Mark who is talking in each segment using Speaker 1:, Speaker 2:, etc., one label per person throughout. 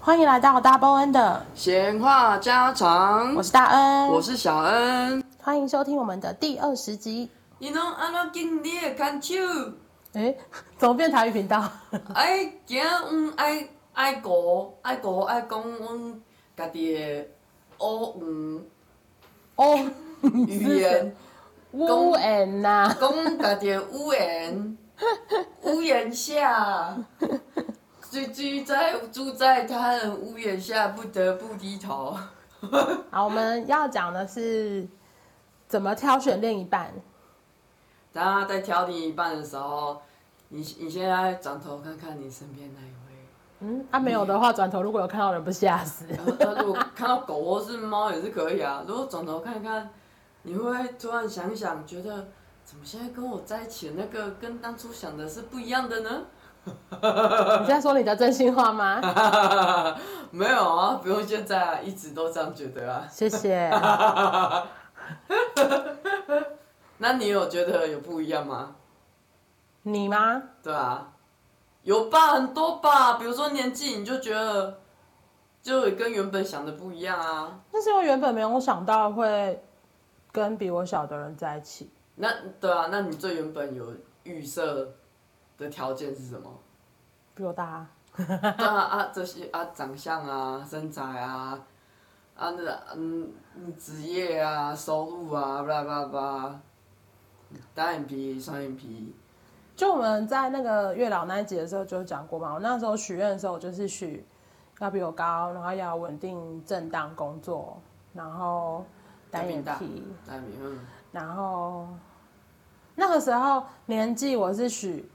Speaker 1: 欢迎来到大波恩的，
Speaker 2: 闲话家常，
Speaker 1: 我是大恩，
Speaker 2: 我是小恩。
Speaker 1: 欢迎收听我们的第二十集。
Speaker 2: 你拢安怎经你的感手？
Speaker 1: 诶， 怎么变台语频道？
Speaker 2: 哎，今阮爱爱国，爱国爱讲阮家己的乌 黄
Speaker 1: 哦，
Speaker 2: 语言，
Speaker 1: 乌恩呐，
Speaker 2: 讲家己的语言，屋檐下，居居在住在他人屋檐下，不得不低头。
Speaker 1: 好，我们要讲的是怎么挑选另一半。
Speaker 2: 大家在挑另一半的时候，你你现在转头看看你身边那一位。
Speaker 1: 嗯，啊没有的话，转头如果有看到人，不吓 死。
Speaker 2: 呃，如果看到狗或是猫也是可以啊。如果转头看一看，你会不会突然想一想，觉得怎么现在跟我在一起的那个跟当初想的是不一样的呢？
Speaker 1: 你在说你的真心话吗？
Speaker 2: 没有啊，不用现在啊，一直都这样觉得啊。
Speaker 1: 谢谢。
Speaker 2: 那你有觉得有不一样吗？
Speaker 1: 你吗？
Speaker 2: 对啊，有吧，很多吧。比如说年纪，你就觉得就跟原本想的不一样啊。
Speaker 1: 那是因为原本没有想到会跟比我小的人在一起。
Speaker 2: 那对啊，那你最原本有预设的条件是什么？
Speaker 1: 比我大、啊，
Speaker 2: 对啊啊，这些啊，长相啊，身材啊，啊那个嗯嗯职业啊，收入啊，巴拉巴拉巴拉，单眼皮、双眼皮，
Speaker 1: 就我们在那个月老那一集的时候就讲过嘛，我那时候许愿的时候，我就是许要比我高，然后要稳定正当工作，然后单眼皮，
Speaker 2: 单眼皮，嗯，
Speaker 1: 然后那个时候年纪我是许，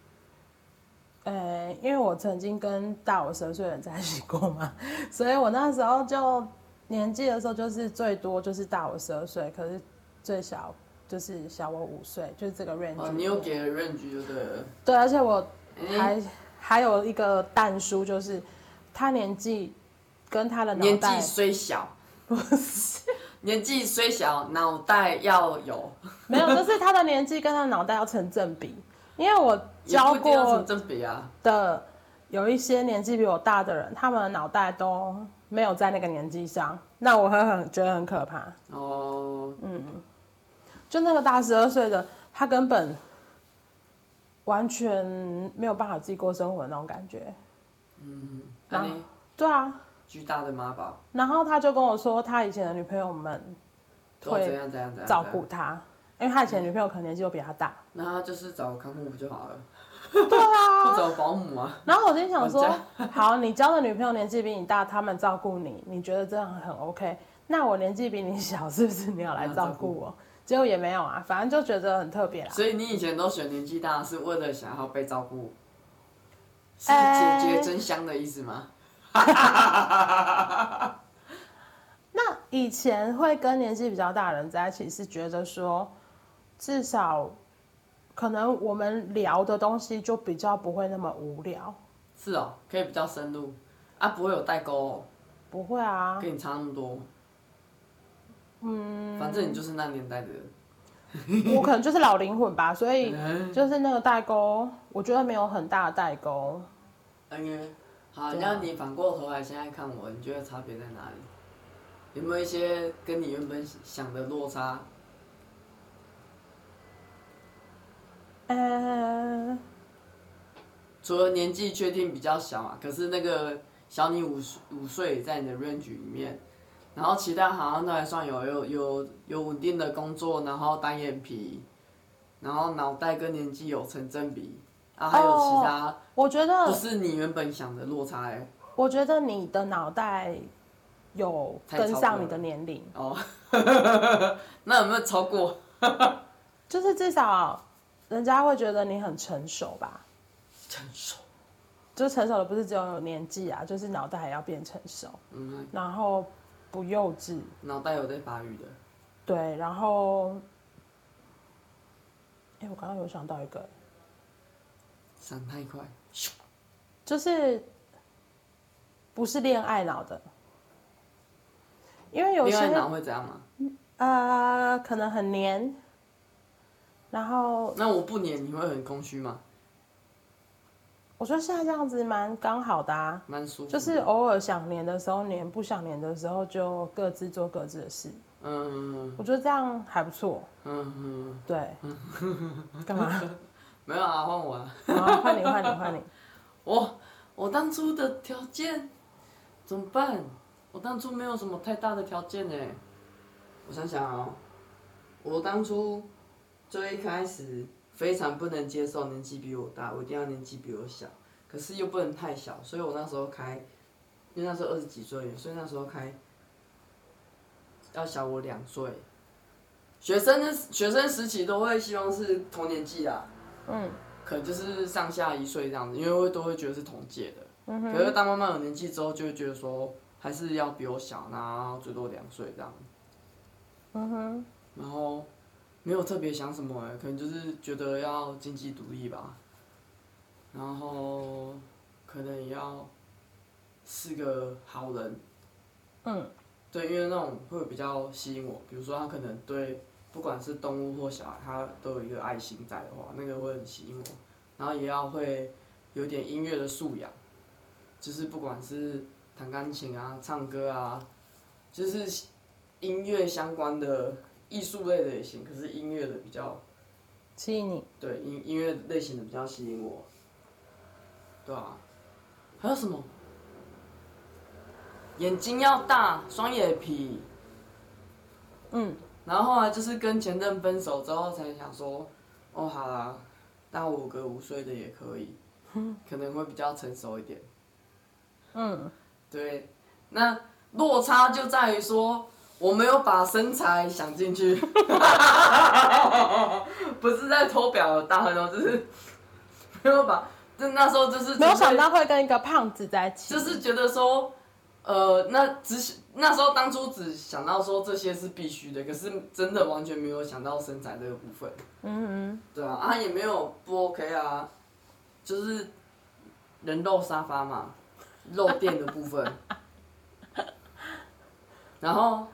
Speaker 1: 呃，因为我曾经跟大我十二岁的人在一起过嘛，所以我那时候就年纪的时候就是最多就是大我十二岁，可是最小就是小我五岁，就是这个 range 里面。
Speaker 2: 哦，你有给了 range 就对了，
Speaker 1: 对，而且我
Speaker 2: 哎
Speaker 1: 还、还有一个蛋叔，就是他年纪跟他的脑
Speaker 2: 年纪
Speaker 1: 袋
Speaker 2: 虽小，年纪虽小，脑袋要有，
Speaker 1: 没有，就是他的年纪跟他的脑袋要成正比。因为我
Speaker 2: 也不
Speaker 1: 教
Speaker 2: 一定要
Speaker 1: 过
Speaker 2: 成正比啊，
Speaker 1: 的有一些年纪比我大的人，他们的脑袋都没有在那个年纪上，那我会很觉得很可怕。
Speaker 2: 哦，
Speaker 1: 就那个大十二岁的，他根本完全没有办法自己过生活的那种感觉。
Speaker 2: 嗯那你
Speaker 1: 对啊，
Speaker 2: 巨大的妈宝，
Speaker 1: 然后他就跟我说，他以前的女朋友们
Speaker 2: 都哦怎样怎样怎样，
Speaker 1: 照顾，他，因为他以前女朋友可能年纪又比他大。
Speaker 2: 那他就是找看护不就好了，
Speaker 1: 对 啊，
Speaker 2: 或找保姆啊。
Speaker 1: 然后我就想说
Speaker 2: 我，
Speaker 1: 好，你交的女朋友年纪比你大，他们照顾你，你觉得这样很 OK？那我年纪比你小，是不是你要来照顾我？结果也没有啊，反正就觉得很特别啦。
Speaker 2: 所以你以前都选年纪大，是为了想要被照顾，是
Speaker 1: 哎
Speaker 2: 解决真香的意思吗？
Speaker 1: 那以前会跟年纪比较大的人在一起，是觉得说，至少可能我们聊的东西就比较不会那么无聊。
Speaker 2: 是哦，可以比较深入啊，不会有代沟、哦，
Speaker 1: 不会啊，
Speaker 2: 跟你差那么多。嗯，反正你就是那年代的人。
Speaker 1: 我可能就是老灵魂吧，所以就是那个代沟，我觉得没有很大的代沟。
Speaker 2: 嗯，好，
Speaker 1: 对啊
Speaker 2: 那你反过头来现在看我，你觉得差别在哪里？有没有一些跟你原本想的落差？
Speaker 1: 呃，
Speaker 2: 除了年纪确定比较小啊，可是那个小你五岁五岁也在你的 range 里面，然后其他好像都还算有有有有稳定的工作，然后单眼皮，然后脑袋跟年纪有成正比，啊，还有其他
Speaker 1: 我觉
Speaker 2: 不
Speaker 1: 得，
Speaker 2: 是你原本想的落差欸
Speaker 1: 我觉得你的脑袋有跟上你的年龄，
Speaker 2: 哦， 那有没有超过？
Speaker 1: 就是至少人家会觉得你很成熟吧。
Speaker 2: 成熟，
Speaker 1: 就成熟的不是只有年纪啊，就是脑袋也要变成熟，
Speaker 2: 嗯，
Speaker 1: 然后不幼稚，
Speaker 2: 脑袋有在发育的，
Speaker 1: 对，然后，哎，我刚刚有想到一个，
Speaker 2: 闪太快，咻
Speaker 1: 就是不是恋爱脑的，因为有
Speaker 2: 恋
Speaker 1: 些
Speaker 2: 爱脑会怎样吗？
Speaker 1: 呃可能很黏，然后
Speaker 2: 那我不粘你会很空虚吗？
Speaker 1: 我觉得现在这样子蛮刚好的啊，
Speaker 2: 蛮舒服的。
Speaker 1: 就是偶尔想黏的时候黏，不想黏的时候就各自做各自的事。
Speaker 2: 嗯
Speaker 1: 我觉得这样还不错。
Speaker 2: 嗯嗯，
Speaker 1: 对，干嘛？
Speaker 2: 没有啊，换我啊。
Speaker 1: 好，换你，换你，换你。
Speaker 2: 我我当初的条件怎么办？我当初没有什么太大的条件哎。我想想哦，我当初最一开始非常不能接受年纪比我大，我一定要年纪比我小，可是又不能太小，所以我那时候开，因为那时候二十几岁，所以那时候开要小我两岁。学生的学生时期都会希望是同年纪啊，
Speaker 1: 嗯
Speaker 2: 可能就是上下一岁这样子，因为会都会觉得是同届的。
Speaker 1: 嗯哼，
Speaker 2: 可是当妈妈有年纪之后，就会觉得说还是要比我小，然后最多两岁这样。
Speaker 1: 嗯哼，
Speaker 2: 然后没有特别想什么、欸，可能就是觉得要经济独立吧，然后可能也要是个好人。
Speaker 1: 嗯，
Speaker 2: 对，因为那种会比较吸引我，比如说他可能对不管是动物或小孩，他都有一个爱心在的话，那个会很吸引我。然后也要会有点音乐的素养，就是不管是弹钢琴啊、唱歌啊，就是音乐相关的艺术类的也行，可是音乐的比较
Speaker 1: 吸引你。
Speaker 2: 对音音乐类型的比较吸引我，对啊，还有什么？眼睛要大，双眼皮，
Speaker 1: 嗯，
Speaker 2: 然后后来就是跟前任分手之后，才想说，哦，好啦，大我个五岁的也可以，可能会比较成熟一点。
Speaker 1: 嗯，
Speaker 2: 对，那落差就在于说，我没有把身材想进去， 不是在偷表达哦，就是没有把，就那时候就是
Speaker 1: 没有想
Speaker 2: 到。
Speaker 1: 到会跟一个胖子在一起。
Speaker 2: 就是觉得说，呃，那只是那时候当初只想到说这些是必须的，可是真的完全没有想到身材这个部分，
Speaker 1: 嗯
Speaker 2: 对啊，啊也没有不 OK 啊，就是人肉沙发嘛，肉垫的部分，然后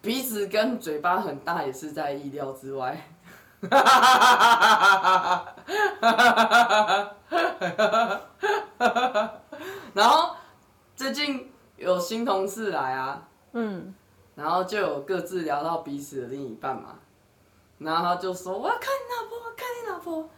Speaker 2: 鼻子跟嘴巴很大也是在意料之外。然后最近有新同事来啊，
Speaker 1: 嗯嗯，
Speaker 2: 然后就有各自聊到彼此的另一半嘛，然后他就说我要看你老婆，我要看你老婆。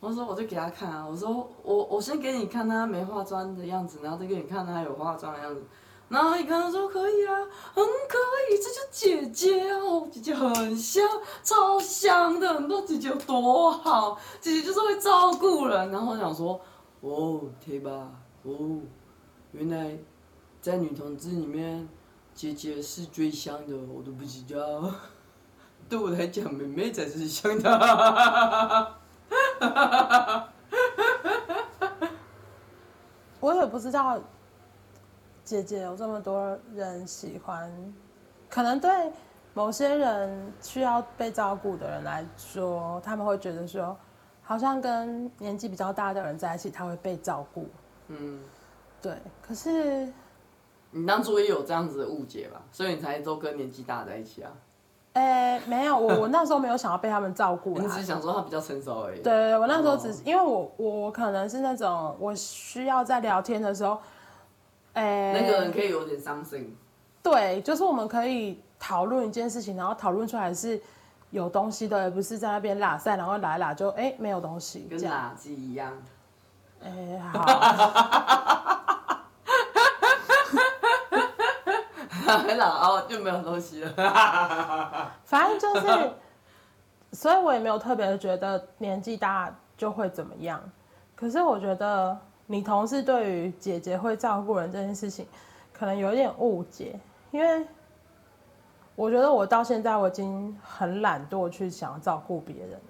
Speaker 2: 我说我就给他看啊，我说我我先给你看她没化妆的样子，然后再给你看她有化妆的样子。然后他一看他说可以啊，很可以，这就姐姐哦，姐姐很香，超香的，你知道姐姐有多好，姐姐就是会照顾人。然后我想说，哦，贴吧，哦，原来在女同志里面姐姐是最香的，我都不知道。对我来讲，妹妹才是香 的。
Speaker 1: 我也不知道姐姐有这么多人喜欢，可能对某些人需要被照顾的人来说，他们会觉得说，好像跟年纪比较大的人在一起，他会被照顾。
Speaker 2: 嗯，
Speaker 1: 对，可是
Speaker 2: 你当初也有这样子的误解吧，所以你才都跟年纪大在一起啊。
Speaker 1: 哎、没有，我我那时候没有想要被他们照顾
Speaker 2: 你
Speaker 1: 啦
Speaker 2: 只。是想说他比较成熟而已。
Speaker 1: 对，对，我那时候只
Speaker 2: 哦
Speaker 1: 是、因为我我可能是那种我需要在聊天的时候，哎、
Speaker 2: 那个人可以有点伤心。
Speaker 1: 对，就是我们可以讨论一件事情，然后讨论出来是有东西的，而不是在那边拉塞，然后拉一拉就哎、没有东西
Speaker 2: 跟
Speaker 1: 这样。
Speaker 2: 垃圾一样，
Speaker 1: 哎、好，
Speaker 2: 很老哦就没有东西了。
Speaker 1: 反正就是，所以我也没有特别觉得年纪大就会怎么样。可是我觉得你同事对于姐姐会照顾人这件事情，可能有一点误解，因为我觉得我到现在我已经很懒惰去想要照顾别人，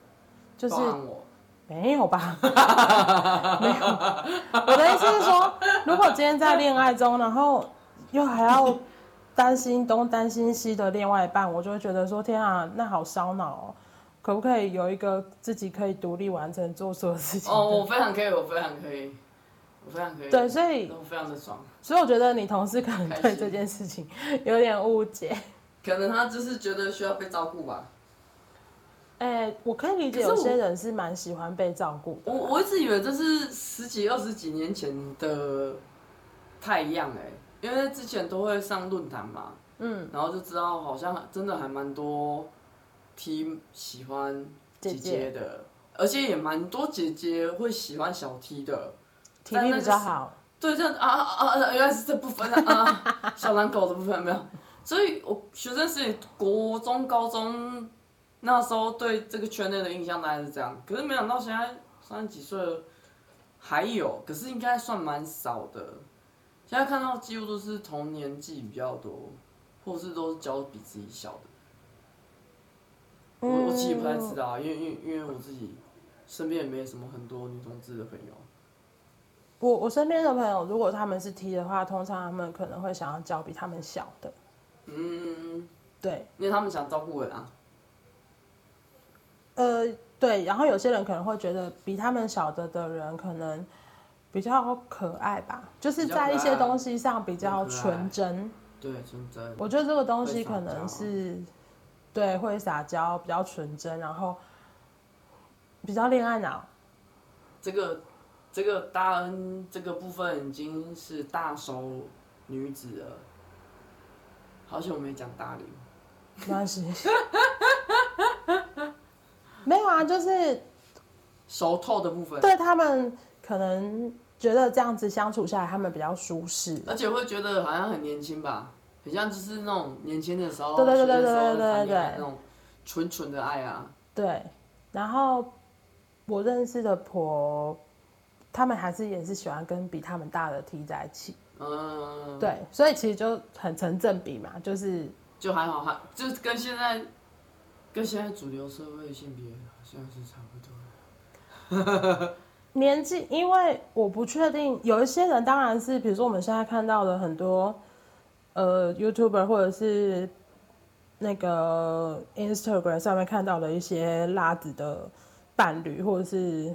Speaker 1: 就是
Speaker 2: 包含我，
Speaker 1: 没有吧？ 没有。我的意思是说，如果今天在恋爱中，然后又还要担心东担心西的另外一半，我就会觉得说，天啊，那好烧脑哦。可不可以有一个自己可以独立完成做所有事情的？
Speaker 2: 哦，我非常可以，我非常可以，我非常可以。
Speaker 1: 对，，所以
Speaker 2: 我非常的爽。
Speaker 1: 所以我觉得你同事可能
Speaker 2: 开
Speaker 1: 对
Speaker 2: 心
Speaker 1: 这件事情有点误解。
Speaker 2: 可能他就是觉得需要被照顾吧。
Speaker 1: 哎、我可以理解
Speaker 2: 可是
Speaker 1: 有
Speaker 2: 我
Speaker 1: 些人是蛮喜欢被照顾的
Speaker 2: 我我一直以为这是十几二十几年前的太阳哎、因为之前都会上论坛嘛，嗯，然后就知道好像真的还蛮多 T 喜欢姐
Speaker 1: 姐
Speaker 2: 姐的，而且也蛮多姐姐会喜欢小 T 的。
Speaker 1: 体力比较好。
Speaker 2: 对，这样啊啊啊！原来是这部分啊，啊小狼狗的部分没有。所以我学生时期国中、高中那时候对这个圈内的印象大概是这样，可是没想到现在三十几岁了还有，可是应该算蛮少的。现在看到几乎都是同年纪比较多，或是都是教比自己小的。我我其实
Speaker 1: 嗯
Speaker 2: 不太知道啊，因为因为因为我自己身边也没什么很多女同志的朋友。
Speaker 1: 我我身边的朋友，如果他们是 T 的话，通常他们可能会想要教比他们小的。
Speaker 2: 嗯，
Speaker 1: 对，
Speaker 2: 因为他们想照顾人啊。
Speaker 1: 呃，对。然后有些人可能会觉得比他们小的的人可能比较可爱吧，就是在一些东西上比较纯真。
Speaker 2: 对，真的。
Speaker 1: 我觉得这个东西
Speaker 2: 会撒娇
Speaker 1: 可能是对会撒娇，比较纯真，然后比较恋爱脑。
Speaker 2: 这个这个大恩这个部分已经是大熟女子了，好久没讲大龄。
Speaker 1: 没关系， 没有啊，就是
Speaker 2: 熟透的部分，
Speaker 1: 对他们可能觉得这样子相处下来，他们比较舒适。
Speaker 2: 而且会觉得好像很年轻吧，很像就是那种年轻的时候，
Speaker 1: 对对对
Speaker 2: 学生的时候
Speaker 1: 对对
Speaker 2: 谈恋爱
Speaker 1: 对对对
Speaker 2: 那种纯纯的爱啊，
Speaker 1: 对，然后我认识的婆，他们还是也是喜欢跟比他们大的 T 在一起。
Speaker 2: 嗯，
Speaker 1: 对，所以其实就很成正比嘛，就是
Speaker 2: 就还好，还就是跟现在跟现在主流社会的性别好像是差不多的。
Speaker 1: 年纪，因为我不确定，有一些人当然是，比如说我们现在看到的很多，呃，YouTuber 或者是那个 Instagram 上面看到的一些拉子的伴侣，或者是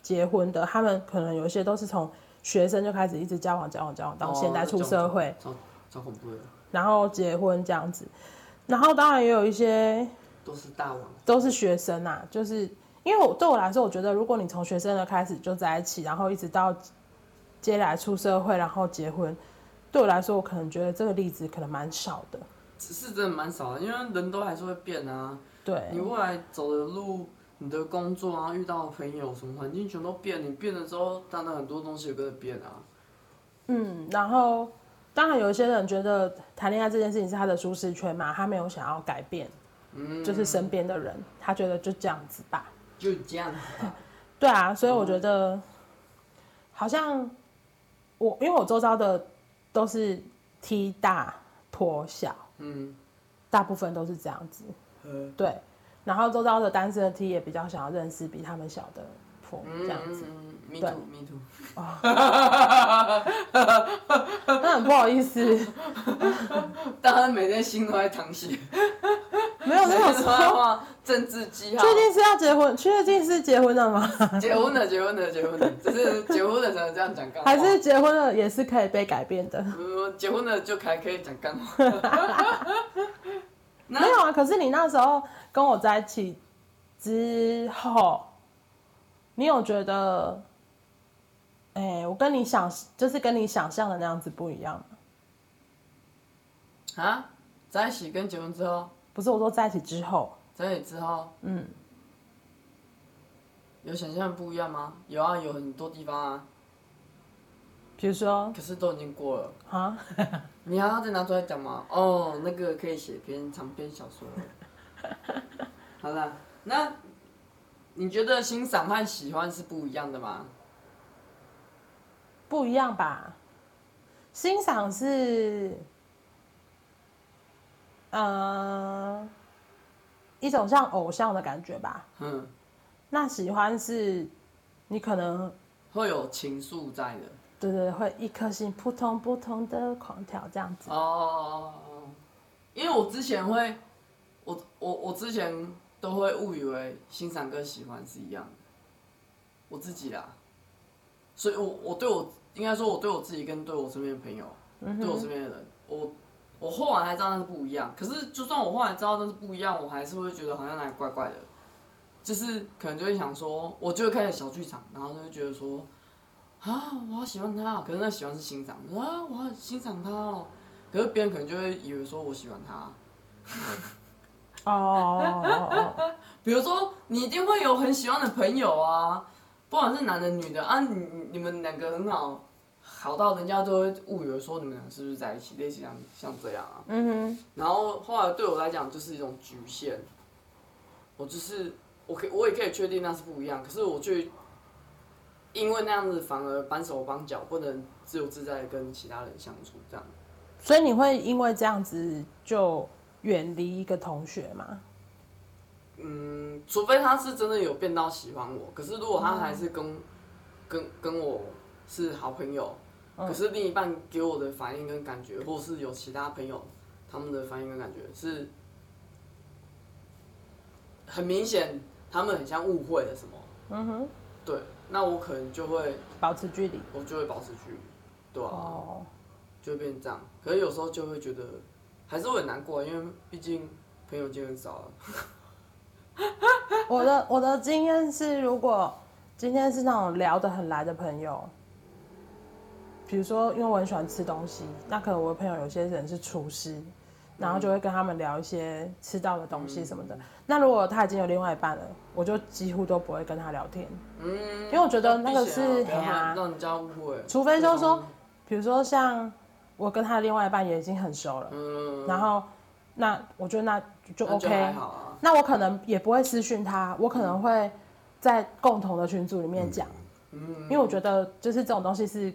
Speaker 1: 结婚的，他们可能有一些都是从学生就开始一直交往、交往、交往到现在
Speaker 2: 哦
Speaker 1: 出社会，，
Speaker 2: 超超恐怖的，
Speaker 1: 然后结婚这样子。然后当然也有一些
Speaker 2: 都是大王。
Speaker 1: 都是学生啊，就是因为我对我来说，我觉得如果你从学生的开始就在一起，然后一直到接下来出社会，然后结婚，对我来说，我可能觉得这个例子可能蛮少的。
Speaker 2: 只是真的蛮少的，因为人都还是会变啊。你
Speaker 1: 对，
Speaker 2: 未来走的路、你的工作啊、遇到的朋友、什么环境全都变。你变了之后，当然很多东西也跟着变啊。
Speaker 1: 嗯，然后当然有一些人觉得谈恋爱这件事情是他的舒适圈嘛，他没有想要改变，
Speaker 2: 嗯，
Speaker 1: 就是身边的人，他觉得就这样子吧。
Speaker 2: 就这样子吧。
Speaker 1: 对啊，所以我觉得、好像我因为我周遭的都是 T 大婆小，
Speaker 2: 嗯，
Speaker 1: 大部分都是这样子。
Speaker 2: 呃，
Speaker 1: 对，然后周遭的单身的 T 也比较想要认识比他们小的婆这样子，
Speaker 2: 嗯，me
Speaker 1: 对
Speaker 2: too，me too。
Speaker 1: 那很不好意 思，
Speaker 2: 当然每天心都在淌血，
Speaker 1: 没有那
Speaker 2: 每
Speaker 1: 种
Speaker 2: 天
Speaker 1: 时
Speaker 2: 都在
Speaker 1: 候，
Speaker 2: 画政治记号
Speaker 1: 确。定是要结婚，确定是结婚了吗？
Speaker 2: 结婚了，结婚了，结婚了，只是结婚了才能这样讲干话。
Speaker 1: 还是结婚了也是可以被改变的？
Speaker 2: 呃结婚了就还可以讲干话。那
Speaker 1: 没有啊，可是你那时候跟我在一起之后，你有觉得，哎、我跟你想就是跟你想象的那样子不一样吗？
Speaker 2: 啊，在一起跟结婚之后。
Speaker 1: 不是我说在一起之后，
Speaker 2: 在一起之后
Speaker 1: 嗯，
Speaker 2: 有想象不一样吗？有啊，有很多地方啊，
Speaker 1: 比如说
Speaker 2: 可是都已经过了，
Speaker 1: 啊，
Speaker 2: 你还要再拿出来讲吗？哦，那个可以写篇长篇小说了。好啦，那你觉得欣赏和喜欢是不一样的吗？
Speaker 1: 不一样吧？欣赏是，呃，一种像偶像的感觉吧。
Speaker 2: 嗯，
Speaker 1: 那喜欢是，你可能
Speaker 2: 会有情愫在的。
Speaker 1: 对对对会一颗心扑通扑通的狂跳这样子。
Speaker 2: 哦，因为我之前会，我我我之前都会误以为欣赏跟喜欢是一样的，我自己啦，
Speaker 1: 嗯
Speaker 2: 所以我我对我应该说我对我自己跟对我身边的朋友，对我身边的人，我我后来才知道那是不一样。可是就算我后来知道那是不一样，我还是会觉得好像哪里怪怪的，就是可能就会想说，我就会开始小剧场，然后就会觉得说，啊，我好喜欢他哦，可是那喜欢是欣赏，啊，我好欣赏他哦。可是别人可能就会以为说我喜欢他，
Speaker 1: 哦哦哦哦，
Speaker 2: 比如说你一定会有很喜欢的朋友啊，不管是男的女的啊，你你你们两个很好，好到人家都会误以为说你们俩是不是在一起，类似像像这样啊。
Speaker 1: 嗯哼，
Speaker 2: 然后后来对我来讲就是一种局限，我就是我可以我也可以确定那是不一样，可是我却因为那样子反而绑手绑脚，不能自由自在地跟其他人相处这样。
Speaker 1: 所以你会因为这样子就远离一个同学吗？
Speaker 2: 嗯，除非他是真的有变到喜欢我，可是如果他还是跟、跟跟我是好朋友，可是另一半给我的反应跟感觉，或是有其他朋友他们的反应跟感觉是很明显，他们很像误会了什么。
Speaker 1: 嗯哼，
Speaker 2: 对，那我可能就会
Speaker 1: 保持距离。
Speaker 2: 我就会保持距离，对啊，
Speaker 1: 哦，
Speaker 2: 就会变成这样。可是有时候就会觉得还是会很难过，因为毕竟朋友就很少了。
Speaker 1: 我的我的经验是，如果今天是那种聊得很来的朋友，比如说，因为我很喜欢吃东西，那可能我的朋友有些人是厨师，然后就会跟他们聊一些吃到的东
Speaker 2: 嗯
Speaker 1: 西什么的。那如果他已经有另外一半了，我就几乎都不会跟他聊天，
Speaker 2: 嗯，
Speaker 1: 因为我觉得那个
Speaker 2: 避嫌啊啊
Speaker 1: 是
Speaker 2: 不要
Speaker 1: 嘿
Speaker 2: 让
Speaker 1: 啊
Speaker 2: 让人家误会，
Speaker 1: 除非就是说，比如说像我跟他的另外一半也已经很熟了，
Speaker 2: 嗯，
Speaker 1: 然后那我觉得那就就
Speaker 2: 那
Speaker 1: OK，
Speaker 2: 还好啊，
Speaker 1: 那我可能也不会私讯他，我可能会在共同的群组里面讲，
Speaker 2: 嗯，
Speaker 1: 因为我觉得就是这种东西是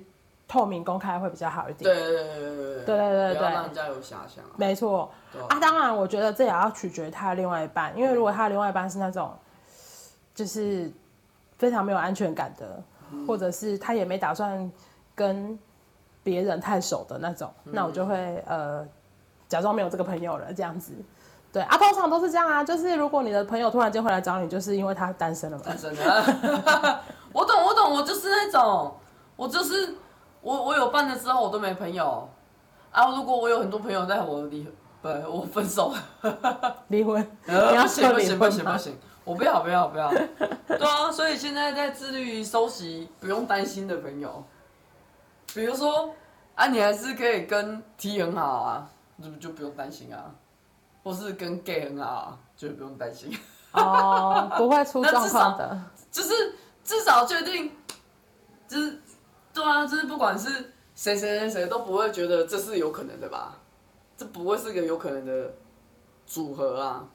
Speaker 1: 透明公开会比较好一点。
Speaker 2: 对对对对对
Speaker 1: 对对对
Speaker 2: 不要让
Speaker 1: 对，
Speaker 2: 人家有遐想啊，
Speaker 1: 没错
Speaker 2: 对啊嗯
Speaker 1: 啊。当然，我觉得这也要取决于他的另外一半，因为如果他的另外一半是那种就是非常没有安全感的，
Speaker 2: 嗯
Speaker 1: 或者是他也没打算跟别人太熟的那种，
Speaker 2: 嗯
Speaker 1: 那我就会呃假装没有这个朋友了这样子。对啊，通常都是这样啊，就是如果你的朋友突然间会来找你，就是因为他单身了嘛。
Speaker 2: 真的， 我懂我懂，我就是那种，我就是我我有伴了之后我都没朋友啊，如果我有很多朋友，但我离不我分手了，
Speaker 1: 离婚， 你
Speaker 2: 不
Speaker 1: 要
Speaker 2: 行
Speaker 1: 说
Speaker 2: 不
Speaker 1: 离
Speaker 2: 行呃不
Speaker 1: 婚
Speaker 2: 行
Speaker 1: 吗
Speaker 2: 不？行， 我不要不要不要，对啊，所以现在在致力于收集不用担心的朋友，比如说啊，你还是可以跟 T 很好啊，就就不用担心啊，或是跟 gay 很好啊，就不用担心，
Speaker 1: 哦，不会出
Speaker 2: 那
Speaker 1: 状
Speaker 2: 至
Speaker 1: 况
Speaker 2: 少
Speaker 1: 的。
Speaker 2: 就是至少确定，就是对啊，就是不管是谁谁谁谁都不会觉得这是有可能的吧，这不会是个有可能的组合啊。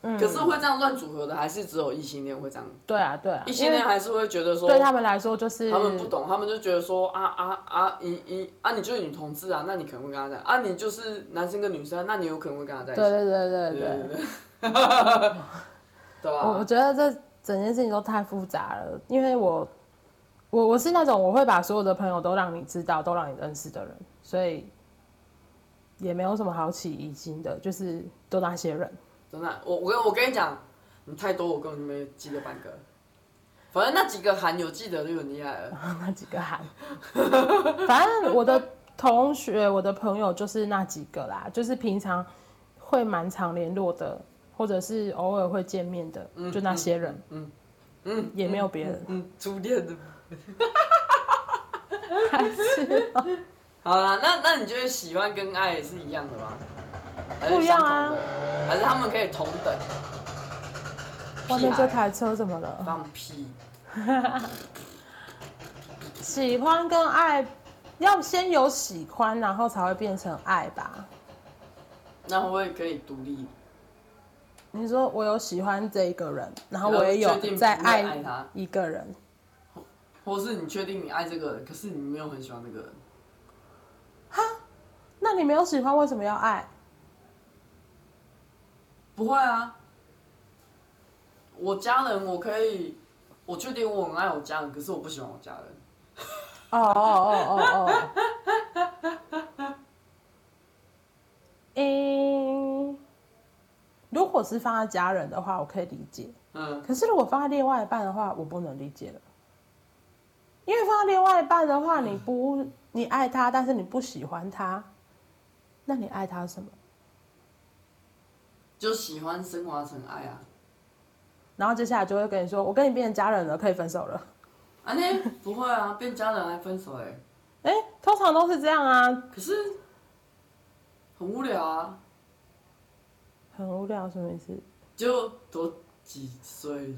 Speaker 1: 嗯
Speaker 2: 可是会这样乱组合的，还是只有异性恋会这样。
Speaker 1: 对啊，对啊，
Speaker 2: 异
Speaker 1: 因
Speaker 2: 性
Speaker 1: 为
Speaker 2: 恋还是会觉得说，
Speaker 1: 对他们嗯来说就是
Speaker 2: 他们不懂，他们就觉得说啊啊啊，你你啊，你就是女同志啊，那你可能会跟他在一起啊，你就是男生跟女生，那你有可能会跟他在一起。
Speaker 1: 对对对对对，
Speaker 2: 对对 对，对啊
Speaker 1: 我
Speaker 2: 吧
Speaker 1: 我？觉得这整件事情都太复杂了，因为我我我是那种我会把所有的朋友都让你知道，都让你认识的人，所以也没有什么好起疑心的，就是都那些人。
Speaker 2: 真的，我我跟我跟你讲，你太多，我根本就没记得半个。反正那几个韩有记得就很厉害了。
Speaker 1: 那几个 喊。反正我的同学、我的朋友就是那几个啦，就是平常会蛮常联络的，或者是偶尔会见面的，就那些人。嗯嗯，也没有别人。
Speaker 2: 嗯，初恋的。
Speaker 1: 还是
Speaker 2: 好啦，那那你觉得喜欢跟爱也是一样的吗？还是
Speaker 1: 不一样啊
Speaker 2: 相同的，还是他们可以同等？
Speaker 1: 外面这
Speaker 2: 屁孩
Speaker 1: 台车怎么了？
Speaker 2: 放屁。
Speaker 1: 喜欢跟爱，要先有喜欢，然后才会变成爱吧。
Speaker 2: 那我也可以独立，
Speaker 1: 你说我有喜欢这一个人，然后
Speaker 2: 然后
Speaker 1: 我也
Speaker 2: 确定
Speaker 1: 有
Speaker 2: 不
Speaker 1: 在
Speaker 2: 会爱他
Speaker 1: 爱一个人，
Speaker 2: 或是你确定你爱这个人，可是你没有很喜欢这个人，
Speaker 1: 那你没有喜欢，为什么要爱？
Speaker 2: 不会啊。我家人我可以，我确定我很爱我家人，可是我不喜欢我家人，
Speaker 1: 哦哦哦哦哦。嗯，如果是放在家人的话，我可以理解。
Speaker 2: 嗯，
Speaker 1: 可是如果放在另外一半的话，我不能理解了。因为放在另外一半的话，你不你爱他，但是你不喜欢他，那你爱他什么？
Speaker 2: 就喜欢升华成爱啊。
Speaker 1: 然后接下来就会跟你说，我跟你变成家人了，可以分手了。
Speaker 2: 啊，那不会啊，变家人还分手哎、
Speaker 1: 哎，通常都是这样啊，
Speaker 2: 可是很无聊啊，
Speaker 1: 很无聊，什么意思？
Speaker 2: 就都几岁了，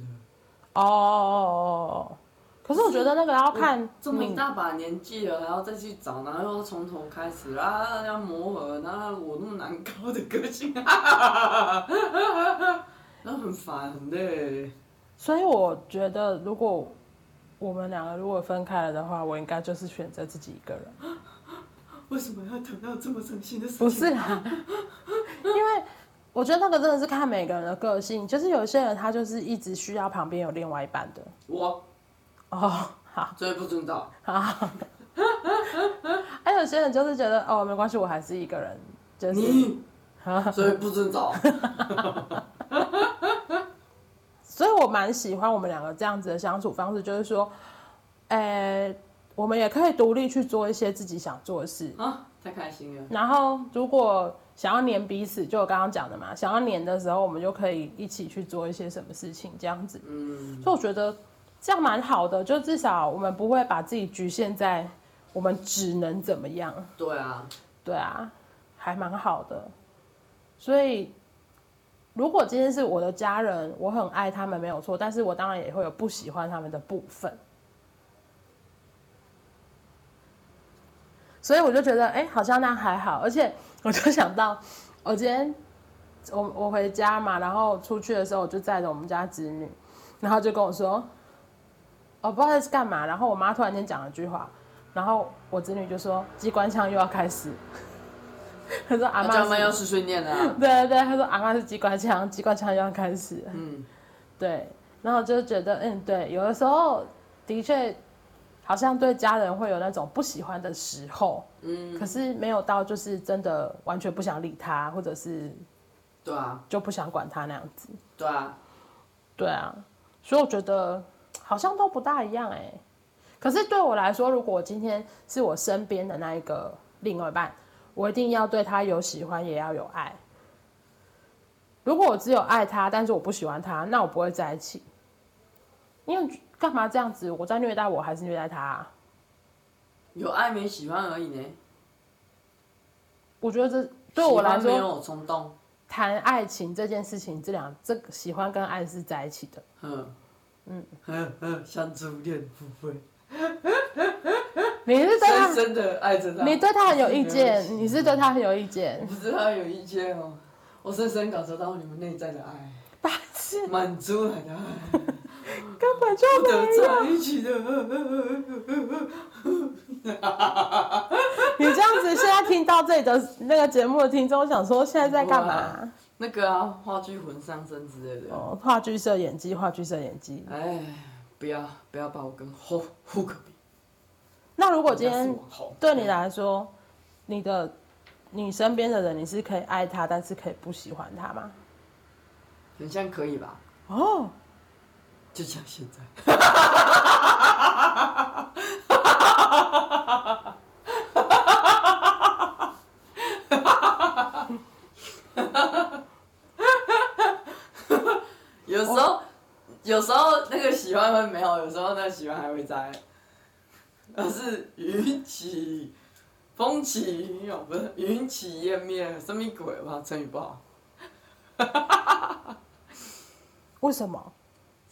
Speaker 1: 哦哦哦哦，可是我觉得那个要看嗯
Speaker 2: 这么一
Speaker 1: 你
Speaker 2: 大把年纪了，还要再去找，然后又要从头开始啊，要磨合，然后我那么难搞的个性， 哈哈哈哈哈哈那很烦的、
Speaker 1: 所以我觉得，如果我们两个如果分开了的话，我应该就是选择自己一个人。
Speaker 2: 为什么要谈到这么伤心的事情？
Speaker 1: 不是啦，因为我觉得那个真的是看每个人的个性，就是有些人他就是一直需要旁边有另外一半的。
Speaker 2: 我
Speaker 1: 哦，好，
Speaker 2: 最不尊重，
Speaker 1: 还有些人就是觉得哦没关系，我还是一个人，就是
Speaker 2: 你最不 尊重，
Speaker 1: 所以我蛮喜欢我们两个这样子的相处方式，就是说，呃、我们也可以独立去做一些自己想做的事。
Speaker 2: 啊，太开心了。
Speaker 1: 然后如果想要黏彼此，就我刚刚讲的嘛，想要黏的时候，我们就可以一起去做一些什么事情，这样子。
Speaker 2: 嗯，
Speaker 1: 所以我觉得这样蛮好的，就至少我们不会把自己局限在我们只能怎么样。
Speaker 2: 对啊，
Speaker 1: 对啊，还蛮好的。所以，如果今天是我的家人，我很爱他们没有错，但是我当然也会有不喜欢他们的部分。所以我就觉得，哎、好像那还好。而且我就想到，我今天我我回家嘛，然后出去的时候，我就载着我们家侄女，然后就跟我说，哦，不知道在干嘛。然后我妈突然间讲了一句话，然后我侄女就说：“机关枪又要开始。” 她说：“阿
Speaker 2: 阿
Speaker 1: 妈
Speaker 2: 妈要碎碎念啊，
Speaker 1: 对对对，他说阿妈是机关枪，机关枪又要开始了。
Speaker 2: 嗯。
Speaker 1: 对，然后就觉得，嗯，对，有的时候的确好像对家人会有那种不喜欢的时候，嗯，可是没有到就是真的完全不想理他，或者是
Speaker 2: 对啊，
Speaker 1: 就不想管他那样子。
Speaker 2: 对啊，
Speaker 1: 对啊，所以我觉得好像都不大一样哎、可是对我来说，如果今天是我身边的那一个另外一半，我一定要对他有喜欢，也要有爱。如果我只有爱他，但是我不喜欢他，那我不会在一起。因为干嘛这样子？我在虐待我还是虐待他啊、
Speaker 2: 有爱没喜欢而已呢。
Speaker 1: 我觉得这对我来
Speaker 2: 喜欢没
Speaker 1: 说，
Speaker 2: 有冲动，
Speaker 1: 谈爱情这件事情，这两这个喜欢跟爱是在一起的。
Speaker 2: 嗯嗯嗯，像初恋不会，
Speaker 1: 你是对
Speaker 2: 深
Speaker 1: 他，
Speaker 2: 深的爱着他。
Speaker 1: 你对他很有意见
Speaker 2: 没有喜，欢
Speaker 1: 你是对他很有意见
Speaker 2: 我。不知道有意见哦，我深深感受到你们内在的爱，
Speaker 1: 白痴，
Speaker 2: 满足来的爱，
Speaker 1: 根本就
Speaker 2: 不得
Speaker 1: 没有。
Speaker 2: 在一起的。
Speaker 1: 你这样子，现在听到这里的那个节目的听众想说，现在在干嘛？
Speaker 2: 那个啊，话剧魂上身之类的。
Speaker 1: 哦，话剧社演技，话剧社演技。
Speaker 2: 哎，不要不要把我跟后后可比。
Speaker 1: 那如果
Speaker 2: 我
Speaker 1: 今
Speaker 2: 家是
Speaker 1: 天
Speaker 2: 网红
Speaker 1: 对你来说，你的你身边的人，你是可以爱他，但是可以不喜欢他吗？
Speaker 2: 很像可以吧？
Speaker 1: 哦，
Speaker 2: 就像现在。有时候，有时候那个喜欢会没有，有时候那个喜欢还会在。而是云起风起云涌，不是云起烟灭，什么鬼吧？成语不好。
Speaker 1: 为什么？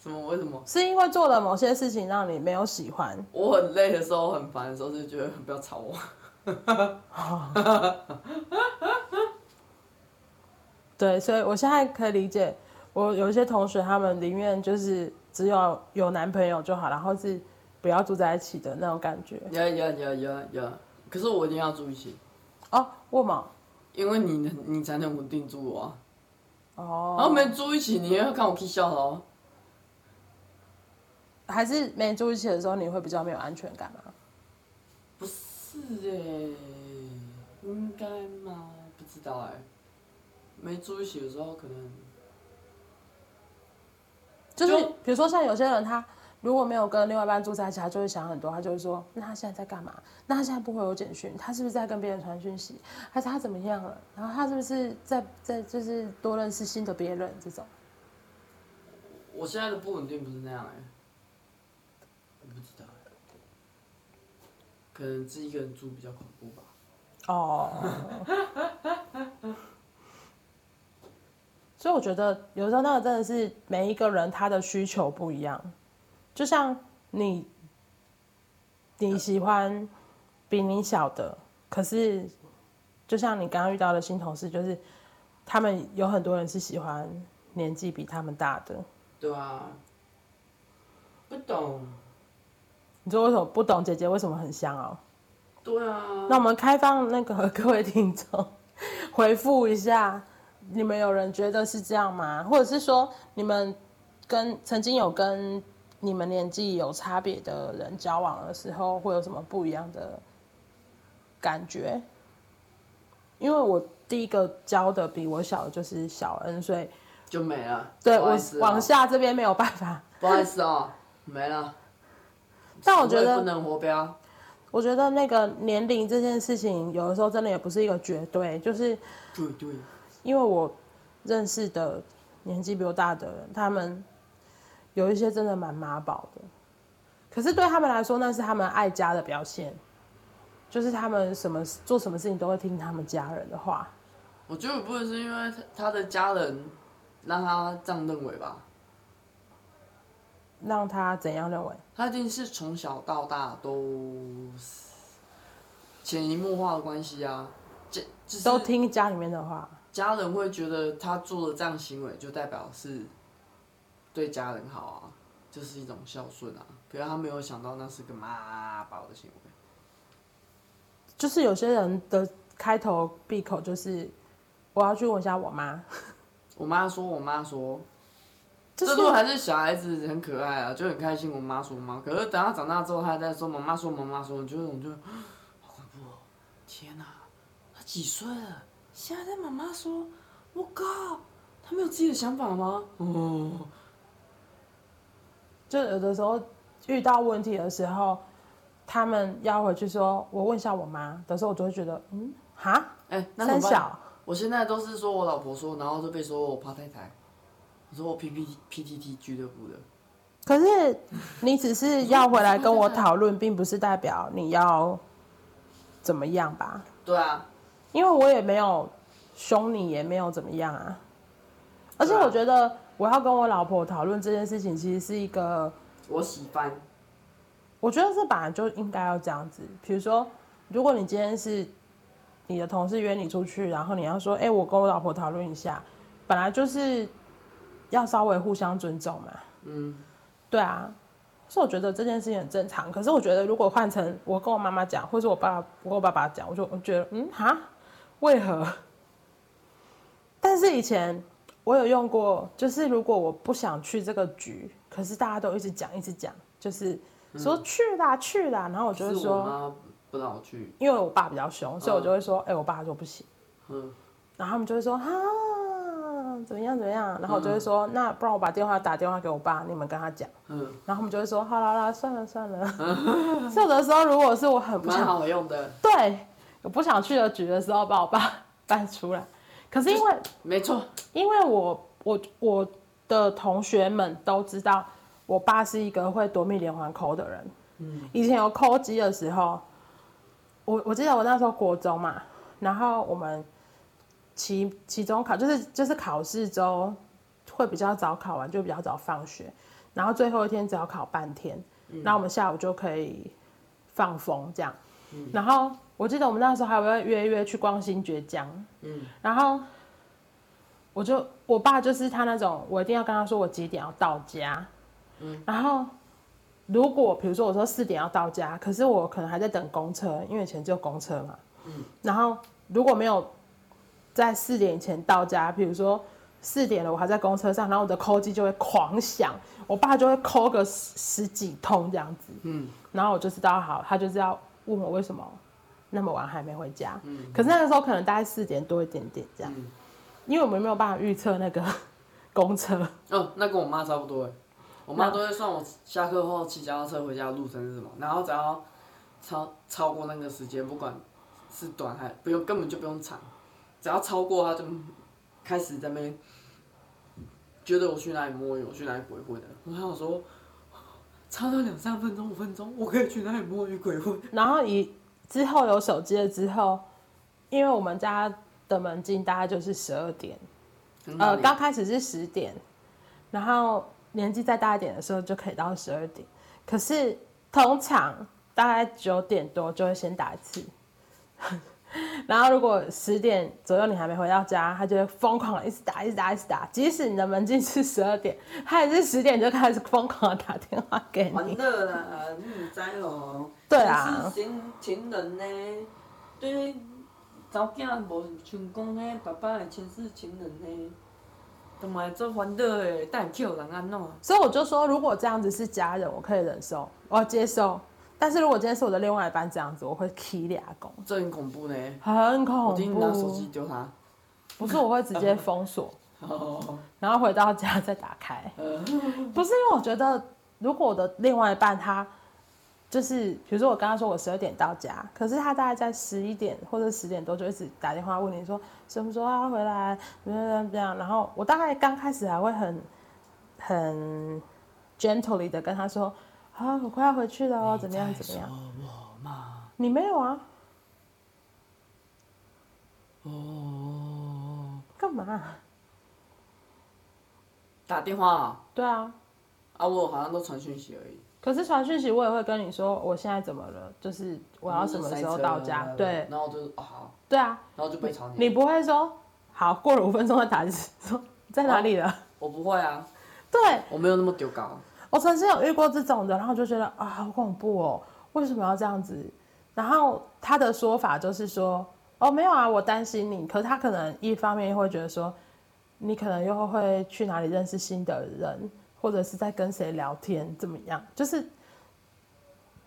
Speaker 2: 什么？为什么？
Speaker 1: 是因为做了某些事情让你没有喜欢？
Speaker 2: 我很累的时候，很烦的时候，就觉得不要吵我。
Speaker 1: 对，所以我现在可以理解，我有一些同学他们宁愿就是只有有男朋友就好，然后是不要住在一起的那种感觉。
Speaker 2: 有有有有有，可是我一定要住一起，
Speaker 1: 哦，我嘛，
Speaker 2: 因为你能你才能稳定住我啊。
Speaker 1: 哦，
Speaker 2: 然后没住一起，你要看我 K 笑哦。
Speaker 1: 还是没住一起的时候，你会比较没有安全感吗？
Speaker 2: 不是哎、应该吗？不知道哎、没住一起的时候可能
Speaker 1: 就是
Speaker 2: 就
Speaker 1: 比如说像有些人他如果没有跟另外一半住在一起，他就会想很多，他就会说，那他现在在干嘛？那他现在不回我简讯，他是不是在跟别人传讯息？还是他怎么样了？然后他是不是在在就是多认识新的别人这种？
Speaker 2: 我现在的不稳定不是那样哎、我不知道哎、可能自己一个人住比较恐怖吧。
Speaker 1: 哦。所以我觉得有时候那个真的是每一个人他的需求不一样，就像你你喜欢比你小的，可是就像你刚刚遇到的新同事，就是他们有很多人是喜欢年纪比他们大的。
Speaker 2: 对啊，不懂。
Speaker 1: 你说为什么不懂姐姐为什么很香哦？
Speaker 2: 对啊，
Speaker 1: 那我们开放那个各位听众回复一下，你们有人觉得是这样吗？或者是说你们跟曾经有跟你们年纪有差别的人交往的时候，会有什么不一样的感觉？因为我第一个交的比我小的就是小恩，所以
Speaker 2: 就没了。
Speaker 1: 对
Speaker 2: 不好
Speaker 1: 我
Speaker 2: 意思哦
Speaker 1: 往下这边没有办法。
Speaker 2: 不好意思哦，没了。
Speaker 1: 但我觉
Speaker 2: 我也不
Speaker 1: 得，
Speaker 2: 能活标，
Speaker 1: 我觉得那个年龄这件事情，有的时候真的也不是一个绝对，就是
Speaker 2: 对对，
Speaker 1: 因为我认识的年纪比我大的人，他们有一些真的蛮妈宝的，可是对他们来说，那是他们爱家的表现，就是他们什么做什么事情都会听他们家人的话。
Speaker 2: 我觉得不会是因为他他的家人让他这样认为吧，
Speaker 1: 让他怎样认为？
Speaker 2: 他一定是从小到大都是潜移默化的关系啊，这就是
Speaker 1: 都听家里面的话，
Speaker 2: 家人会觉得他做的这样行为就代表是对家人好啊，就是一种孝顺啊。可是他没有想到那是个妈宝的行为，
Speaker 1: 就是有些人的开头闭口就是我要去问一下我妈，
Speaker 2: 我妈说，我妈说，
Speaker 1: 就
Speaker 2: 这
Speaker 1: 是
Speaker 2: 都还是小孩子很可爱啊，就很开心。我妈说我妈，可是等他长大之后，他再说妈妈说妈妈说，我觉得我就好恐怖、哦，天哪、他几岁了？现在在妈妈说，我靠，他没有自己的想法吗？哦，
Speaker 1: 就有的时候遇到问题的时候，他们要回去说我问一下我妈的时候，我就会觉得嗯哈。
Speaker 2: 哎、那
Speaker 1: 三
Speaker 2: 怎么办？
Speaker 1: 小，
Speaker 2: 我现在都是说我老婆说，然后就被说我趴太太，我说我 P P P T T 俱乐部的，
Speaker 1: 可是你只是要回来跟我讨论，并不是代表你要怎么样吧？
Speaker 2: 对啊，
Speaker 1: 因为我也没有凶你，也没有怎么样啊。而且
Speaker 2: 对啊
Speaker 1: 我觉得我要跟我老婆讨论这件事情，其实是一个，
Speaker 2: 我喜欢，
Speaker 1: 我觉得这本来就应该要这样子。比如说，如果你今天是你的同事约你出去，然后你要说，哎、我跟我老婆讨论一下，本来就是要稍微互相尊重嘛。
Speaker 2: 嗯，
Speaker 1: 对啊，所以我觉得这件事情很正常。可是我觉得，如果换成我跟我妈妈讲，或是我爸我跟我爸爸讲，我就我觉得，嗯哈，为何？但是以前我有用过，就是如果我不想去这个局，可是大家都一直讲一直讲，就是说去啦、去啦，然后我就会
Speaker 2: 嗯是我
Speaker 1: 说，
Speaker 2: 妈不让我去，
Speaker 1: 因为我爸比较凶，所以我就会说，哎、我爸说不行。
Speaker 2: 嗯，
Speaker 1: 然后他们就会说哈，怎么样怎么样，然后我就会说，那不然我把电话打电话给我爸，你们跟他讲，
Speaker 2: 嗯，
Speaker 1: 然后他们就会说，好啦啦，算了算 了。所以有的时候如果是我很不
Speaker 2: 蛮
Speaker 1: 想
Speaker 2: 好用的，
Speaker 1: 对我不想去的局的时候，把我爸 带出来，可是因为
Speaker 2: 没错，
Speaker 1: 因为我我我的同学们都知道，我爸是一个会夺命连环扣的人。嗯，以前有扣机的时候，我我记得我那时候国中嘛，然后我们期期中考就是就是考试周会比较早考完，就比较早放学，然后最后一天只要考半天，然后我们下午就可以放风这样。然后我记得我们那时候还会约一约去逛新爵江，
Speaker 2: 嗯，
Speaker 1: 然后我就我爸就是他那种，我一定要跟他说我几点要到家，嗯，然后如果比如说我说四点要到家，可是我可能还在等公车，因为以前只有公车嘛，嗯，然后如果没有在四点以前到家，比如说。四点了，我还在公车上，然后我的扣机就会狂响，我爸就会扣个十十几通这样子，嗯，然后我就知道好，他就是要问我为什么那么晚还没回家，可是那个时候可能大概四点多一点点这样，因为我们没有办法预测那个 公车，
Speaker 2: 哦，那跟我妈差不多哎，我妈都会算我下课后骑脚踏车回家的路程是什么，然后只要超超过那个时间，不管是短还不用，根本就不用长，只要超过她就开始在那边觉得我去哪里摸鱼，我去哪里鬼混的。我想说，超到两三分钟、五分钟，我可以去哪里摸鱼鬼混？
Speaker 1: 然后以之后有手机了之后，因为我们家的门禁大概就是十二点，
Speaker 2: 很好
Speaker 1: 呃，
Speaker 2: 理
Speaker 1: 刚开始是十点，然后年纪再大一点的时候就可以到十二点。可是通常大概九点多就会先打一次， 然后如果十点左右你还没回到家，他就会疯狂的一直打，一直打，一直打。即使你的门禁是十二点，他也是十点就开始疯狂的打电话给
Speaker 2: 哦
Speaker 3: 完
Speaker 1: 你。
Speaker 3: 了啦，你唔知哦。
Speaker 1: 对啊
Speaker 3: 你是情情人呢，对查某囝无像讲迄爸爸的前世情人呢。
Speaker 2: 都买做烦恼诶，但叫人安怎？
Speaker 1: 所以我就说，如果这样子是家人，我可以忍受，我接受。但是如果今天是我的另外一半这样子，我会踢俩公，
Speaker 2: 这很恐怖呢。
Speaker 1: 很恐
Speaker 2: 我一定
Speaker 1: 怖。
Speaker 2: 拿手 机丢他。
Speaker 1: 不是，我会直接封锁，
Speaker 2: 哦，
Speaker 1: 然后回到家再打开。不是因为我觉得，如果我的另外一半他就是，比如说我刚刚说我十二点到家，可是他大概在十一点或者十点多就一直打电话问你说什么时候要回来，怎么样怎么样。然后我大概刚开始还会很很 gently 的跟他说啊，我快要回去了哦，怎么样怎么样。
Speaker 2: 哦，我嘛，
Speaker 1: 你没有啊？
Speaker 2: 哦，
Speaker 1: 干嘛、
Speaker 2: 打电话啊，
Speaker 1: 对啊，
Speaker 2: 啊我好像都传讯息而已。
Speaker 1: 可是传讯息我也会跟你说我现在怎么了，就是我要什么时候到家。对
Speaker 2: 然后我就说哦好，
Speaker 1: 对啊，
Speaker 2: 然后就被吵你。
Speaker 1: 你不会说好过了五分钟再打一次，说在哪里了？
Speaker 2: 我不会啊，
Speaker 1: 对
Speaker 2: 我没有那么丢高。
Speaker 1: 我曾经有遇过这种的，然后就觉得啊好恐怖哦，为什么要这样子？然后他的说法就是说哦没有啊，我担心你，可是他可能一方面会觉得说你可能又会去哪里认识新的人，或者是在跟谁聊天怎么样，就是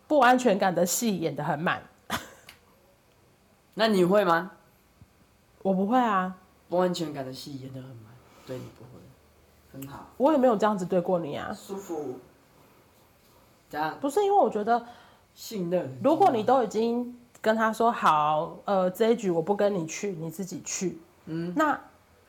Speaker 1: 不安全感的戏演得很满。
Speaker 2: 那你会吗？
Speaker 1: 我不会啊，
Speaker 2: 不安全感的戏演得很满，对你不会，很好，
Speaker 1: 我也没有这样子对过你啊。
Speaker 2: 舒服。怎样？
Speaker 1: 不是因为我觉得，
Speaker 2: 信任？
Speaker 1: 如果你都已经跟他说好，呃，这一局我不跟你去，你自己去，嗯，那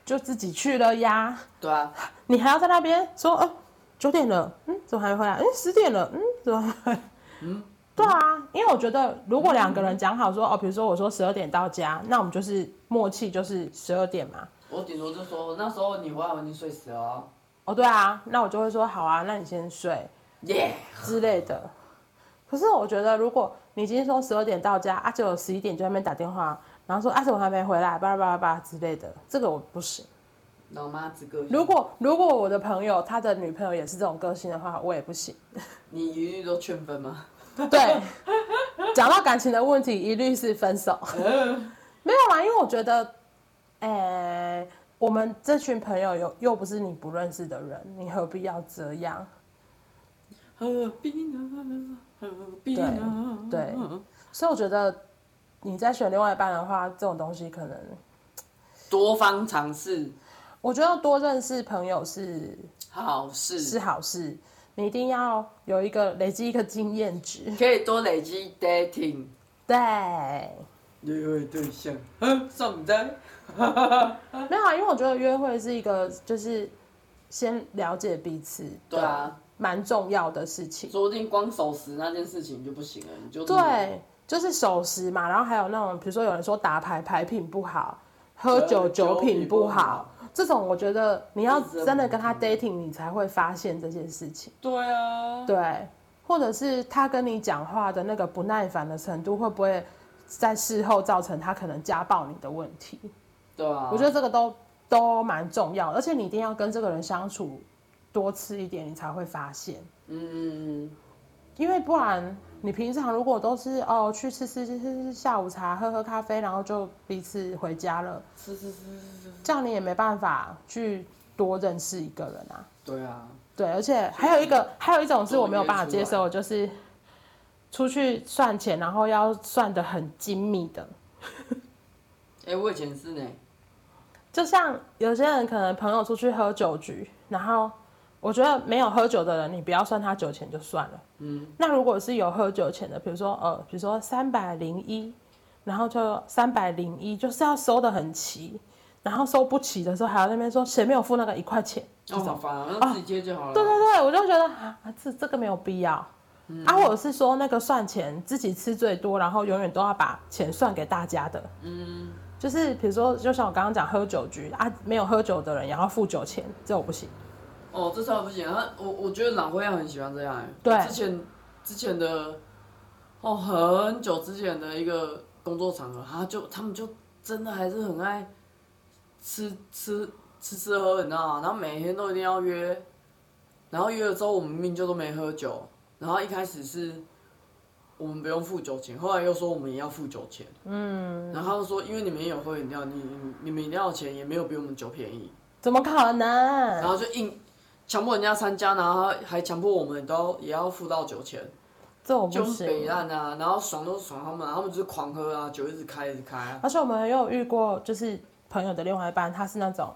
Speaker 1: 就自己去了呀。
Speaker 2: 对啊，
Speaker 1: 你还要在那边说，呃，九点了，嗯，怎么还没回来？嗯，十点了，嗯，怎么还没回来？嗯，对啊，因为我觉得如果两个人讲好说，哦，比如说我说十二点到家，那我们就是默契，就是十二点嘛。
Speaker 2: 我顶多就说那时候你回来我已经睡死了哦、
Speaker 1: 哦，对啊，那我就会说好啊，那你先睡。
Speaker 2: 耶、
Speaker 1: 之类的。可是我觉得，如果你已经说十二点到家，啊，结果十一点就在那边打电话，然后说啊，怎么还没回来，巴拉巴拉巴拉之类的，这个我不行。
Speaker 2: 老妈子个性，
Speaker 1: 如果如果我的朋友他的女朋友也是这种个性的话，我也不行。
Speaker 2: 你一律都劝分吗？
Speaker 1: 对， 讲到感情的问题，一律是分手。没有啦，啊因为我觉得，呃、我们这群朋友又又不是你不认识的人，你何必要这样？
Speaker 2: 何必
Speaker 1: 啊
Speaker 2: 呢？何必呢？
Speaker 1: 对对所以我觉得你在选另外一半的话，这种东西可能
Speaker 2: 多方尝试
Speaker 1: 我觉得多认识朋友是
Speaker 2: 好事，
Speaker 1: 是好事，你一定要有一个累积一个经验值。
Speaker 2: 可以多累积 dating
Speaker 1: 对，
Speaker 2: 约会对象，算不得。
Speaker 1: 没有啊，因为我觉得约会是一个就是先了解彼此，
Speaker 2: 对啊，
Speaker 1: 蛮重要的事情。
Speaker 2: 说不定光守时那件事情就不行了，你就
Speaker 1: 对，就是守时嘛，然后还有那种，比如说有人说打牌牌品不好，喝酒
Speaker 2: 呃酒
Speaker 1: 酒品
Speaker 2: 品
Speaker 1: 不
Speaker 2: 不
Speaker 1: 好
Speaker 2: 好，
Speaker 1: 这种我觉得你要
Speaker 2: 这真的
Speaker 1: 真的
Speaker 2: 不
Speaker 1: 跟他
Speaker 2: 可
Speaker 1: dating，你才会发现这件事情。
Speaker 2: 对啊，
Speaker 1: 对，或者是他跟你讲话的那个不耐烦的程度，会不会在事后造成他可能家暴你的问题？
Speaker 2: 对啊，
Speaker 1: 我觉得这个都都蛮重要，而且你一定要跟这个人相处多次一点，你才会发现，
Speaker 2: 嗯，
Speaker 1: 因为不然你平常如果都是哦去吃吃吃吃吃下午茶、喝喝咖啡，然后就彼此回家了，
Speaker 2: 是是是是是，
Speaker 1: 这样你也没办法去多认识一个人啊。
Speaker 2: 对啊，
Speaker 1: 对，而且还有一个，还有一种是我没有办法接
Speaker 2: 多
Speaker 1: 受，就是出去算钱，然后要算的很精密的。
Speaker 2: 哎、我以前是呢，
Speaker 1: 就像有些人可能朋友出去喝酒局，然后我觉得没有喝酒的人，你不要算他酒钱就算了。嗯，那如果是有喝酒钱的，比如说呃，比如说三百零一，然后就三百零一，就是要收的很齐，然后收不齐的时候还要那边说谁没有付那个一块钱，这
Speaker 2: 哦，
Speaker 1: 种
Speaker 2: 好烦啊，那自己接就好了。
Speaker 1: 对对对，我就觉得啊，这这个没有必要。啊，或者是说那个算钱自己吃最多，然后永远都要把钱算给大家的。嗯，就是比如说，就像我刚刚讲喝酒局啊，没有喝酒的人也要付酒钱，这我不行。
Speaker 2: 哦，这超不行。他我我觉得朗辉很喜欢这样、欸。
Speaker 1: 对
Speaker 2: 之前之前的哦，很久之前的一个工作场合，他就他们就真的还是很爱吃吃吃吃喝，你知道吗？然后每天都一定要约，然后约了之后，我们明明就都没喝酒。然后一开始是我们不用付酒钱，后来又说我们也要付酒钱。嗯。然后他们说，因为你们也有喝饮料，你你你们饮料的钱也没有比我们酒便宜。
Speaker 1: 怎么可能？
Speaker 2: 然后就硬强迫人家参加，然后还强迫我们都也要付到酒钱，
Speaker 1: 哦这我不
Speaker 2: 就是北
Speaker 1: 行。
Speaker 2: 烂啊，然后爽都爽他们啊，他们就是狂喝啊，酒一直开一直开啊，
Speaker 1: 而且我们也有遇过，就是朋友的另外一半，他是那种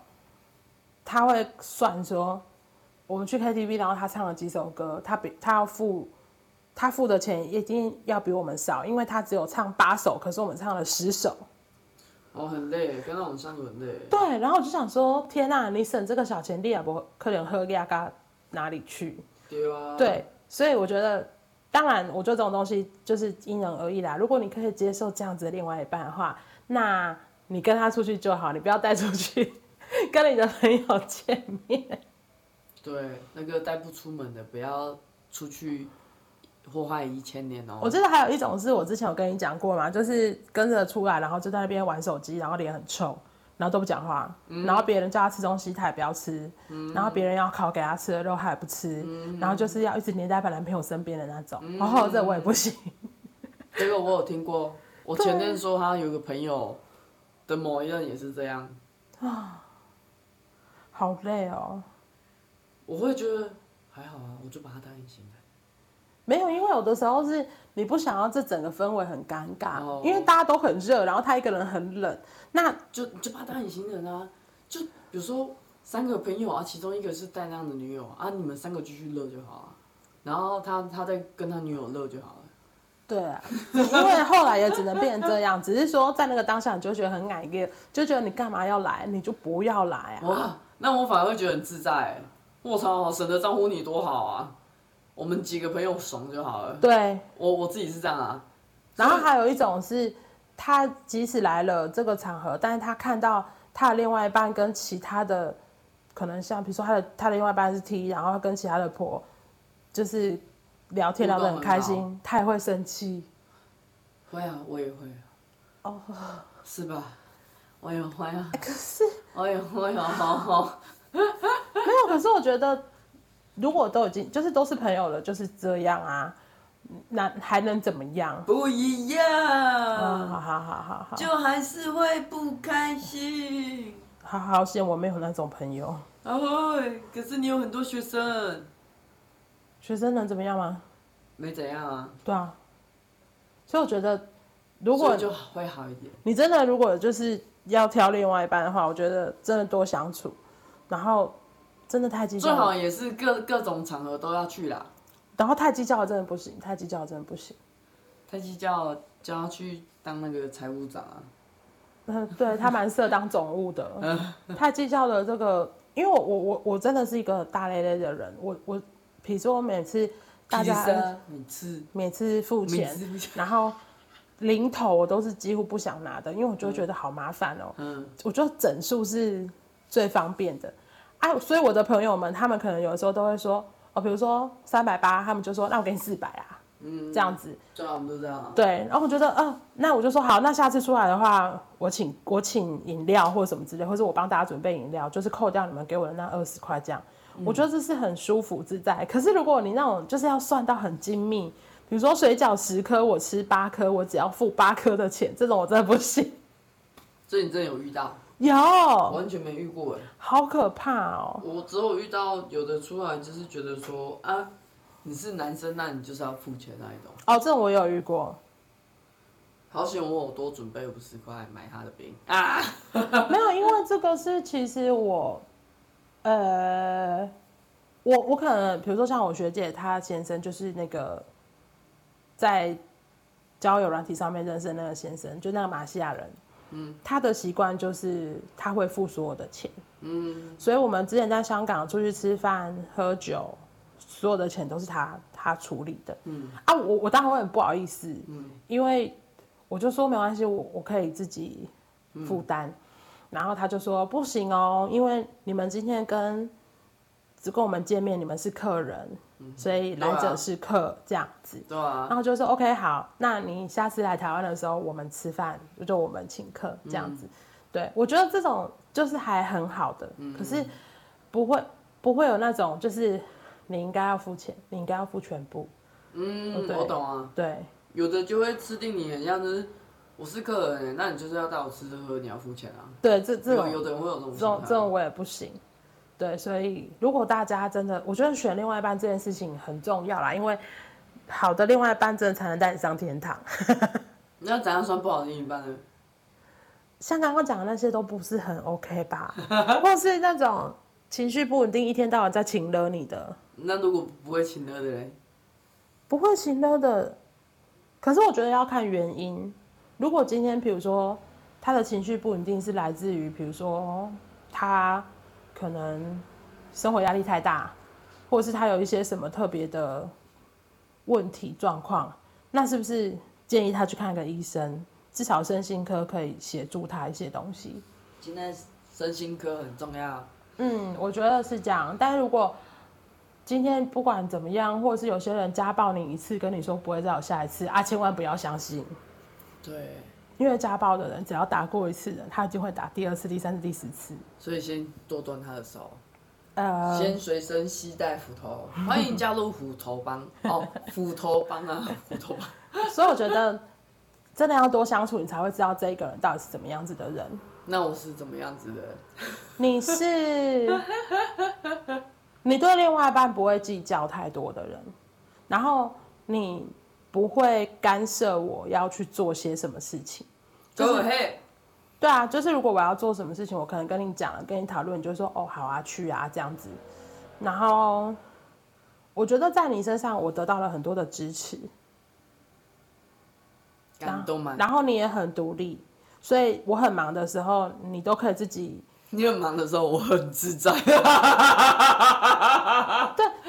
Speaker 1: 他会算说，我们去 KTV，然后他唱了几首歌，他比他要付他付的钱一定要比我们少，因为他只有唱八首，可是我们唱了十首。
Speaker 2: 哦很累，跟那种相处很累。
Speaker 1: 对，然后我就想说，天呐、你省这个小钱，你也不可能喝压嘎哪里去？
Speaker 2: 对啊，，
Speaker 1: 对，所以我觉得，当然，我觉得这种东西就是因人而异啦。如果你可以接受这样子的另外一半的话，那你跟他出去就好，你不要带出去 跟你的朋友见面。
Speaker 2: 对，那个带不出门的不要出去祸害一千年哦。
Speaker 1: 我记得还有一种是我之前有跟你讲过嘛，就是跟着出来，然后就在那边玩手机，然后脸很臭，然后都不讲话，然后别人叫他吃东西他也不要吃，然后别人要烤给他吃的肉他也不吃，然后就是要一直黏在她男朋友身边的那种。然后这我也不行，
Speaker 2: 这个我有听过，我前任说他有个朋友的某一任也是这样，
Speaker 1: 好累哦。
Speaker 2: 我会觉得还好啊，我就把他当隐形人。
Speaker 1: 没有，因为有的时候是你不想要这整个氛围很尴尬，
Speaker 2: 哦
Speaker 1: 因为大家都很热，然后他一个人很冷，那
Speaker 2: 就你就把他当隐形人啊。就比如说三个朋友啊，其中一个是带那样的女友啊，你们三个继续乐就好啊。然后他他再跟他女友乐就好了。
Speaker 1: 对啊，因为后来也只能变成这样，只是说在那个当下你就觉得很矮个，就觉得你干嘛要来，你就不要来啊。
Speaker 2: 哇，那我反而会觉得很自在、欸。我操，省得招呼你多好啊！我们几个朋友怂就好了。
Speaker 1: 对，
Speaker 2: 我我自己是这样啊。
Speaker 1: 然后还有一种是，他即使来了这个场合，但是他看到他的另外一半跟其他的，可能像比如说他的他的另外一半是 T，然后他跟其他的婆就是聊天聊得很开
Speaker 2: 互动
Speaker 1: 心，他也会生气。
Speaker 2: 会啊，我也会啊。
Speaker 1: 哦，
Speaker 2: 是吧？我也会啊，
Speaker 1: 可是
Speaker 2: 我也会啊， 好好。
Speaker 1: 没有，可是我觉得，如果都已经就是都是朋友了，就是这样啊，那还能怎么样？
Speaker 2: 不一样，
Speaker 1: 好好好好好，
Speaker 3: 就还是会不开心。
Speaker 1: 好好险我没有那种朋友。
Speaker 2: 哎，可是你有很多学生，
Speaker 1: 学生能怎么样吗？
Speaker 2: 没怎样啊。
Speaker 1: 对啊，所以我觉得，如
Speaker 2: 如
Speaker 1: 果
Speaker 2: 果就会好一点。
Speaker 1: 你真的如果就是要挑另外一半的话，我觉得真的多相处，然后真的太计
Speaker 2: 最
Speaker 1: 较
Speaker 2: 好
Speaker 1: 了，
Speaker 2: 也是各各种场合都要去啦。
Speaker 1: 然后太计较了真的不行，太计较了真的不行。
Speaker 2: 太计较，就要去当那个财务长啊。
Speaker 1: 嗯，对他蛮适合当总务的。太计较了这个，因为我我我我真的是一个大咧咧的人，我我比如说我每次大
Speaker 2: 披
Speaker 1: 家
Speaker 2: 萨，你吃，
Speaker 1: 每次付钱
Speaker 2: 每次付钱，
Speaker 1: 然后零头我都是几乎不想拿的，因为我就觉得好麻烦哦。
Speaker 2: 嗯，
Speaker 1: 我觉得整数是最方便的。啊，所以我的朋友们，他们可能有的时候都会说，哦，比如说三百八，他们就说那我给你四百啊，嗯，这样子。
Speaker 2: 对啊，我们都这样啊。
Speaker 1: 对，然后我觉得，嗯、那我就说好，那下次出来的话，我请我请饮料或者什么之类，或者我帮大家准备饮料，就是扣掉你们给我的那二十块这样。我觉得这是很舒服自在。可是如果你那种就是要算到很精密，比如说水饺十颗，我吃八颗，我只要付八颗的钱，这种我真的不行。
Speaker 2: 所以你真的有遇到？
Speaker 1: 有，哦
Speaker 2: 我完全没遇过哎。
Speaker 1: 好可怕 哦！
Speaker 2: 我只有遇到有的出来就是觉得说啊，你是男生，那你就是要付钱那一种。
Speaker 1: 哦，这我有遇过，
Speaker 2: 好险我有多准备五十块买他的冰啊！
Speaker 1: 没有，因为这个是其实我，呃，我我可能比如说像我学姐，她先生就是那个在交友软体上面认识的那个先生，就那个马来西亚人，嗯，他的习惯就是他会付所有的钱，嗯，所以我们之前在香港出去吃饭喝酒，所有的钱都是他他处理的，嗯啊，我我当然会很不好意思，嗯，因为我就说没关系，我我可以自己负担。然后他就说不行哦，因为你们今天跟只跟我们见面，你们是客人，所以来
Speaker 2: 对啊
Speaker 1: 者是客、这样子。
Speaker 2: 对啊，
Speaker 1: 然后就说 OK 好，那你下次来台湾的时候，我们吃饭就我们请客这样
Speaker 2: 嗯
Speaker 1: 子。对我觉得这种就是还很好的，
Speaker 2: 嗯
Speaker 1: 可是不会不会有那种就是你应该要付钱，你应该要付全部。
Speaker 2: 嗯，
Speaker 1: 哦对
Speaker 2: 我懂啊，
Speaker 1: 对
Speaker 2: 有的就会吃定你，很像就是我是客人，欸那你就是要带我吃吃喝，你要付钱啊。
Speaker 1: 对，这这
Speaker 2: 有
Speaker 1: 种
Speaker 2: 有的人会有
Speaker 1: 这种这
Speaker 2: 这种心态，啊
Speaker 1: 种我也不行。对，所以如果大家真的，我觉得选另外一半这件事情很重要啦，因为好的另外一半真的才能带你上天堂。
Speaker 2: 那怎样算不好的另一半呢？
Speaker 1: 像刚刚讲的那些都不是很 OK 吧，或是那种情绪不稳定，一天到晚在情勒你的，
Speaker 2: 那如果不会请了的嘞，
Speaker 1: 不会情勒的。可是我觉得要看原因。如果今天比如说他的情绪不稳定是来自于，比如说他可能生活压力太大，或者是他有一些什么特别的问题状况，那是不是建议他去看个医生？至少身心科可以协助他一些东西。
Speaker 2: 现在身心科很重要。
Speaker 1: 嗯，我觉得是这样。但如果今天不管怎么样，或者是有些人家暴你一次，跟你说不会再有下一次啊，千万不要相信，
Speaker 2: 对，
Speaker 1: 因为家暴的人只要打过一次人，他就会打第二次、第三次、第十次。
Speaker 2: 所以先剁断他的手，
Speaker 1: 呃，
Speaker 2: 先随身携带斧头。欢迎加入斧头 帮哦，斧头帮啊，斧头帮。
Speaker 1: 所以我觉得真的要多相处，你才会知道这一个人到底是怎么样子的人。
Speaker 2: 那我是怎么样子的人？
Speaker 1: 你是你对另外一半不会计较太多的人，然后你不会干涉我要去做些什么事情。
Speaker 2: 各位嘿，
Speaker 1: 对啊，就是如果我要做什么事情，我可能跟你讲了，跟你讨论，你就说哦好啊，去啊这样子。然后我觉得在你身上，我得到了很多的支持，
Speaker 2: 感动吗？
Speaker 1: 然后你也很独立，所以我很忙的时候，你都可以自己。
Speaker 2: 你很忙的时候，我很自在，
Speaker 1: 对，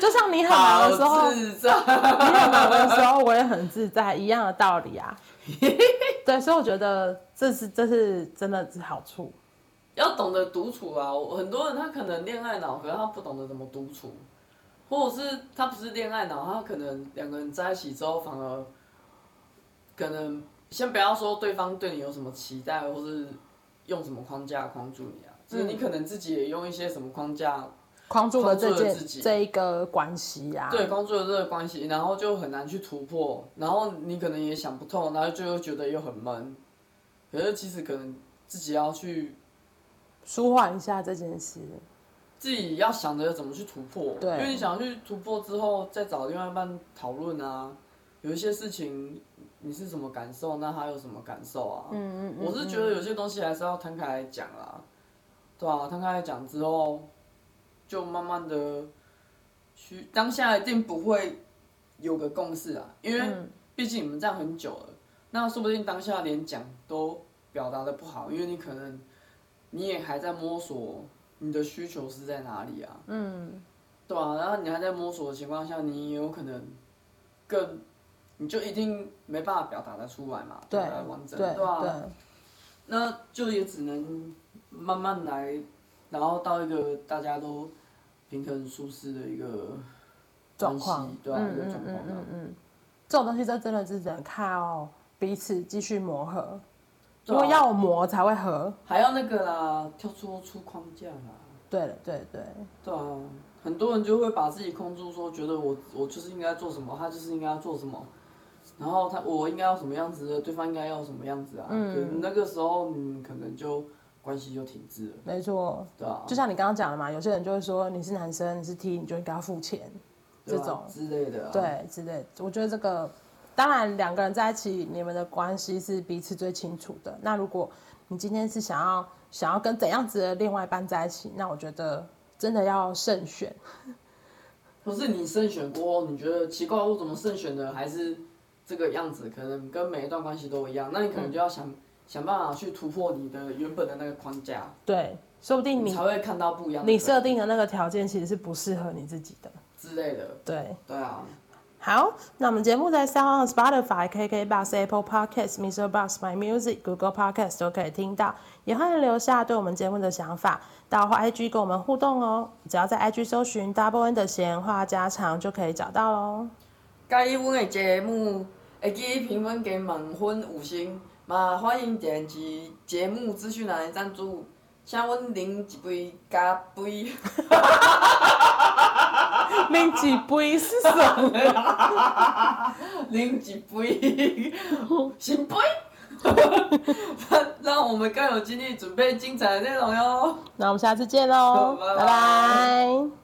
Speaker 1: 就像你很 忙
Speaker 2: 好
Speaker 1: 的时候，你
Speaker 2: 自在。
Speaker 1: 很忙的时候，我也很自在，一样的道理 啊。对，所以我觉得这是这是真的是好处。
Speaker 2: 要懂得独处啊！我很多人他可能恋爱脑，可是他不懂得怎么独处，或者是他不是恋爱脑，他可能两个人在一起之后反而可能先不要说对方对你有什么期待，或是用什么框架框住你啊，就是你可能自己也用一些什么框架
Speaker 1: 框住了这
Speaker 2: 框住了
Speaker 1: 件
Speaker 2: 自己
Speaker 1: 这一个关系啊，
Speaker 2: 对工作的这个关系，然后就很难去突破，然后你可能也想不透，然后就又觉得又很闷，可是其实可能自己要去
Speaker 1: 舒缓一下这件事。
Speaker 2: 自己要想着怎么去突破，
Speaker 1: 对
Speaker 2: 因为你想去突破之后，再找另外一半讨论啊，有一些事情你是什么感受，那他有什么感受啊？
Speaker 1: 嗯嗯嗯
Speaker 2: 我是觉得有些东西还是要摊开来讲啦，对啊，摊开来讲之后，就慢慢的去当下一定不会有个共识啊，因为毕竟你们这样很久了，那说不定当下连讲都表达的不好，因为你可能你也还在摸索你的需求是在哪里啊，
Speaker 1: 嗯，
Speaker 2: 对啊，然后你还在摸索的情况下，你也有可能更，你就一定没办法表达的出来嘛，
Speaker 1: 对
Speaker 2: 表达得完整，
Speaker 1: 对
Speaker 2: 对啊，
Speaker 1: 对
Speaker 2: 那就也只能慢慢来，然后到一个大家都平衡舒适的一个
Speaker 1: 状况
Speaker 2: 关系，对啊，
Speaker 1: 嗯
Speaker 2: 一个状况啊、
Speaker 1: 嗯嗯嗯嗯，这种东西这真的是只能靠彼此继续磨合，
Speaker 2: 对
Speaker 1: 因
Speaker 2: 啊
Speaker 1: 为要有磨才会合。
Speaker 2: 还要那个啦，跳出出框架啦，
Speaker 1: 对了对对，
Speaker 2: 对啊，很多人就会把自己控住，说觉得我我就是应该做什么，他就是应该做什么，然后他我应该要什么样子的，对方应该要什么样子啊，
Speaker 1: 嗯
Speaker 2: 可能那个时候你可能就关系就停滞了，
Speaker 1: 没错。
Speaker 2: 对啊，
Speaker 1: 就像你刚刚讲的嘛，有些人就会说你是男生，你是 T，你就应该要付钱，
Speaker 2: 对
Speaker 1: 这
Speaker 2: 啊
Speaker 1: 种
Speaker 2: 之类的、啊，
Speaker 1: 对之类的。我觉得这个，当然两个人在一起，你们的关系是彼此最清楚的。那如果你今天是想要想要跟怎样子的另外一半在一起，那我觉得真的要慎选，
Speaker 2: 或是你慎选过后，你觉得奇怪，我怎么慎选的还是这个样子？可能跟每一段关系都一样，那你可能就要想、想办法去突破你的原本的那个框架，
Speaker 1: 对，说不定
Speaker 2: 你
Speaker 1: 你
Speaker 2: 才会看到不一样的
Speaker 1: 你设定的那个条件其实是不适合你自己的。
Speaker 2: 之类的。
Speaker 1: 对，
Speaker 2: 对啊，
Speaker 1: 好，那我们节目在 Sound、Spotify、KKBox、Apple Podcasts、Mr. Box、My Music、Google Podcasts 都可以听到，也欢迎留下对我们节目的想法，到 IG 跟我们互动哦。只要在 IG 搜寻 Double N 的闲话家常就可以找到喽。
Speaker 2: 介意阮的节目，会记评分给满分五星，嘛欢迎点击节目资讯栏的赞助，请阮啉一杯咖啡。
Speaker 1: 另几杯是什么？
Speaker 2: 拎几杯， 行杯， 让让我们更有精力准备精彩的内容哟。
Speaker 1: 那我们下次见喽，
Speaker 2: 拜拜
Speaker 1: 拜拜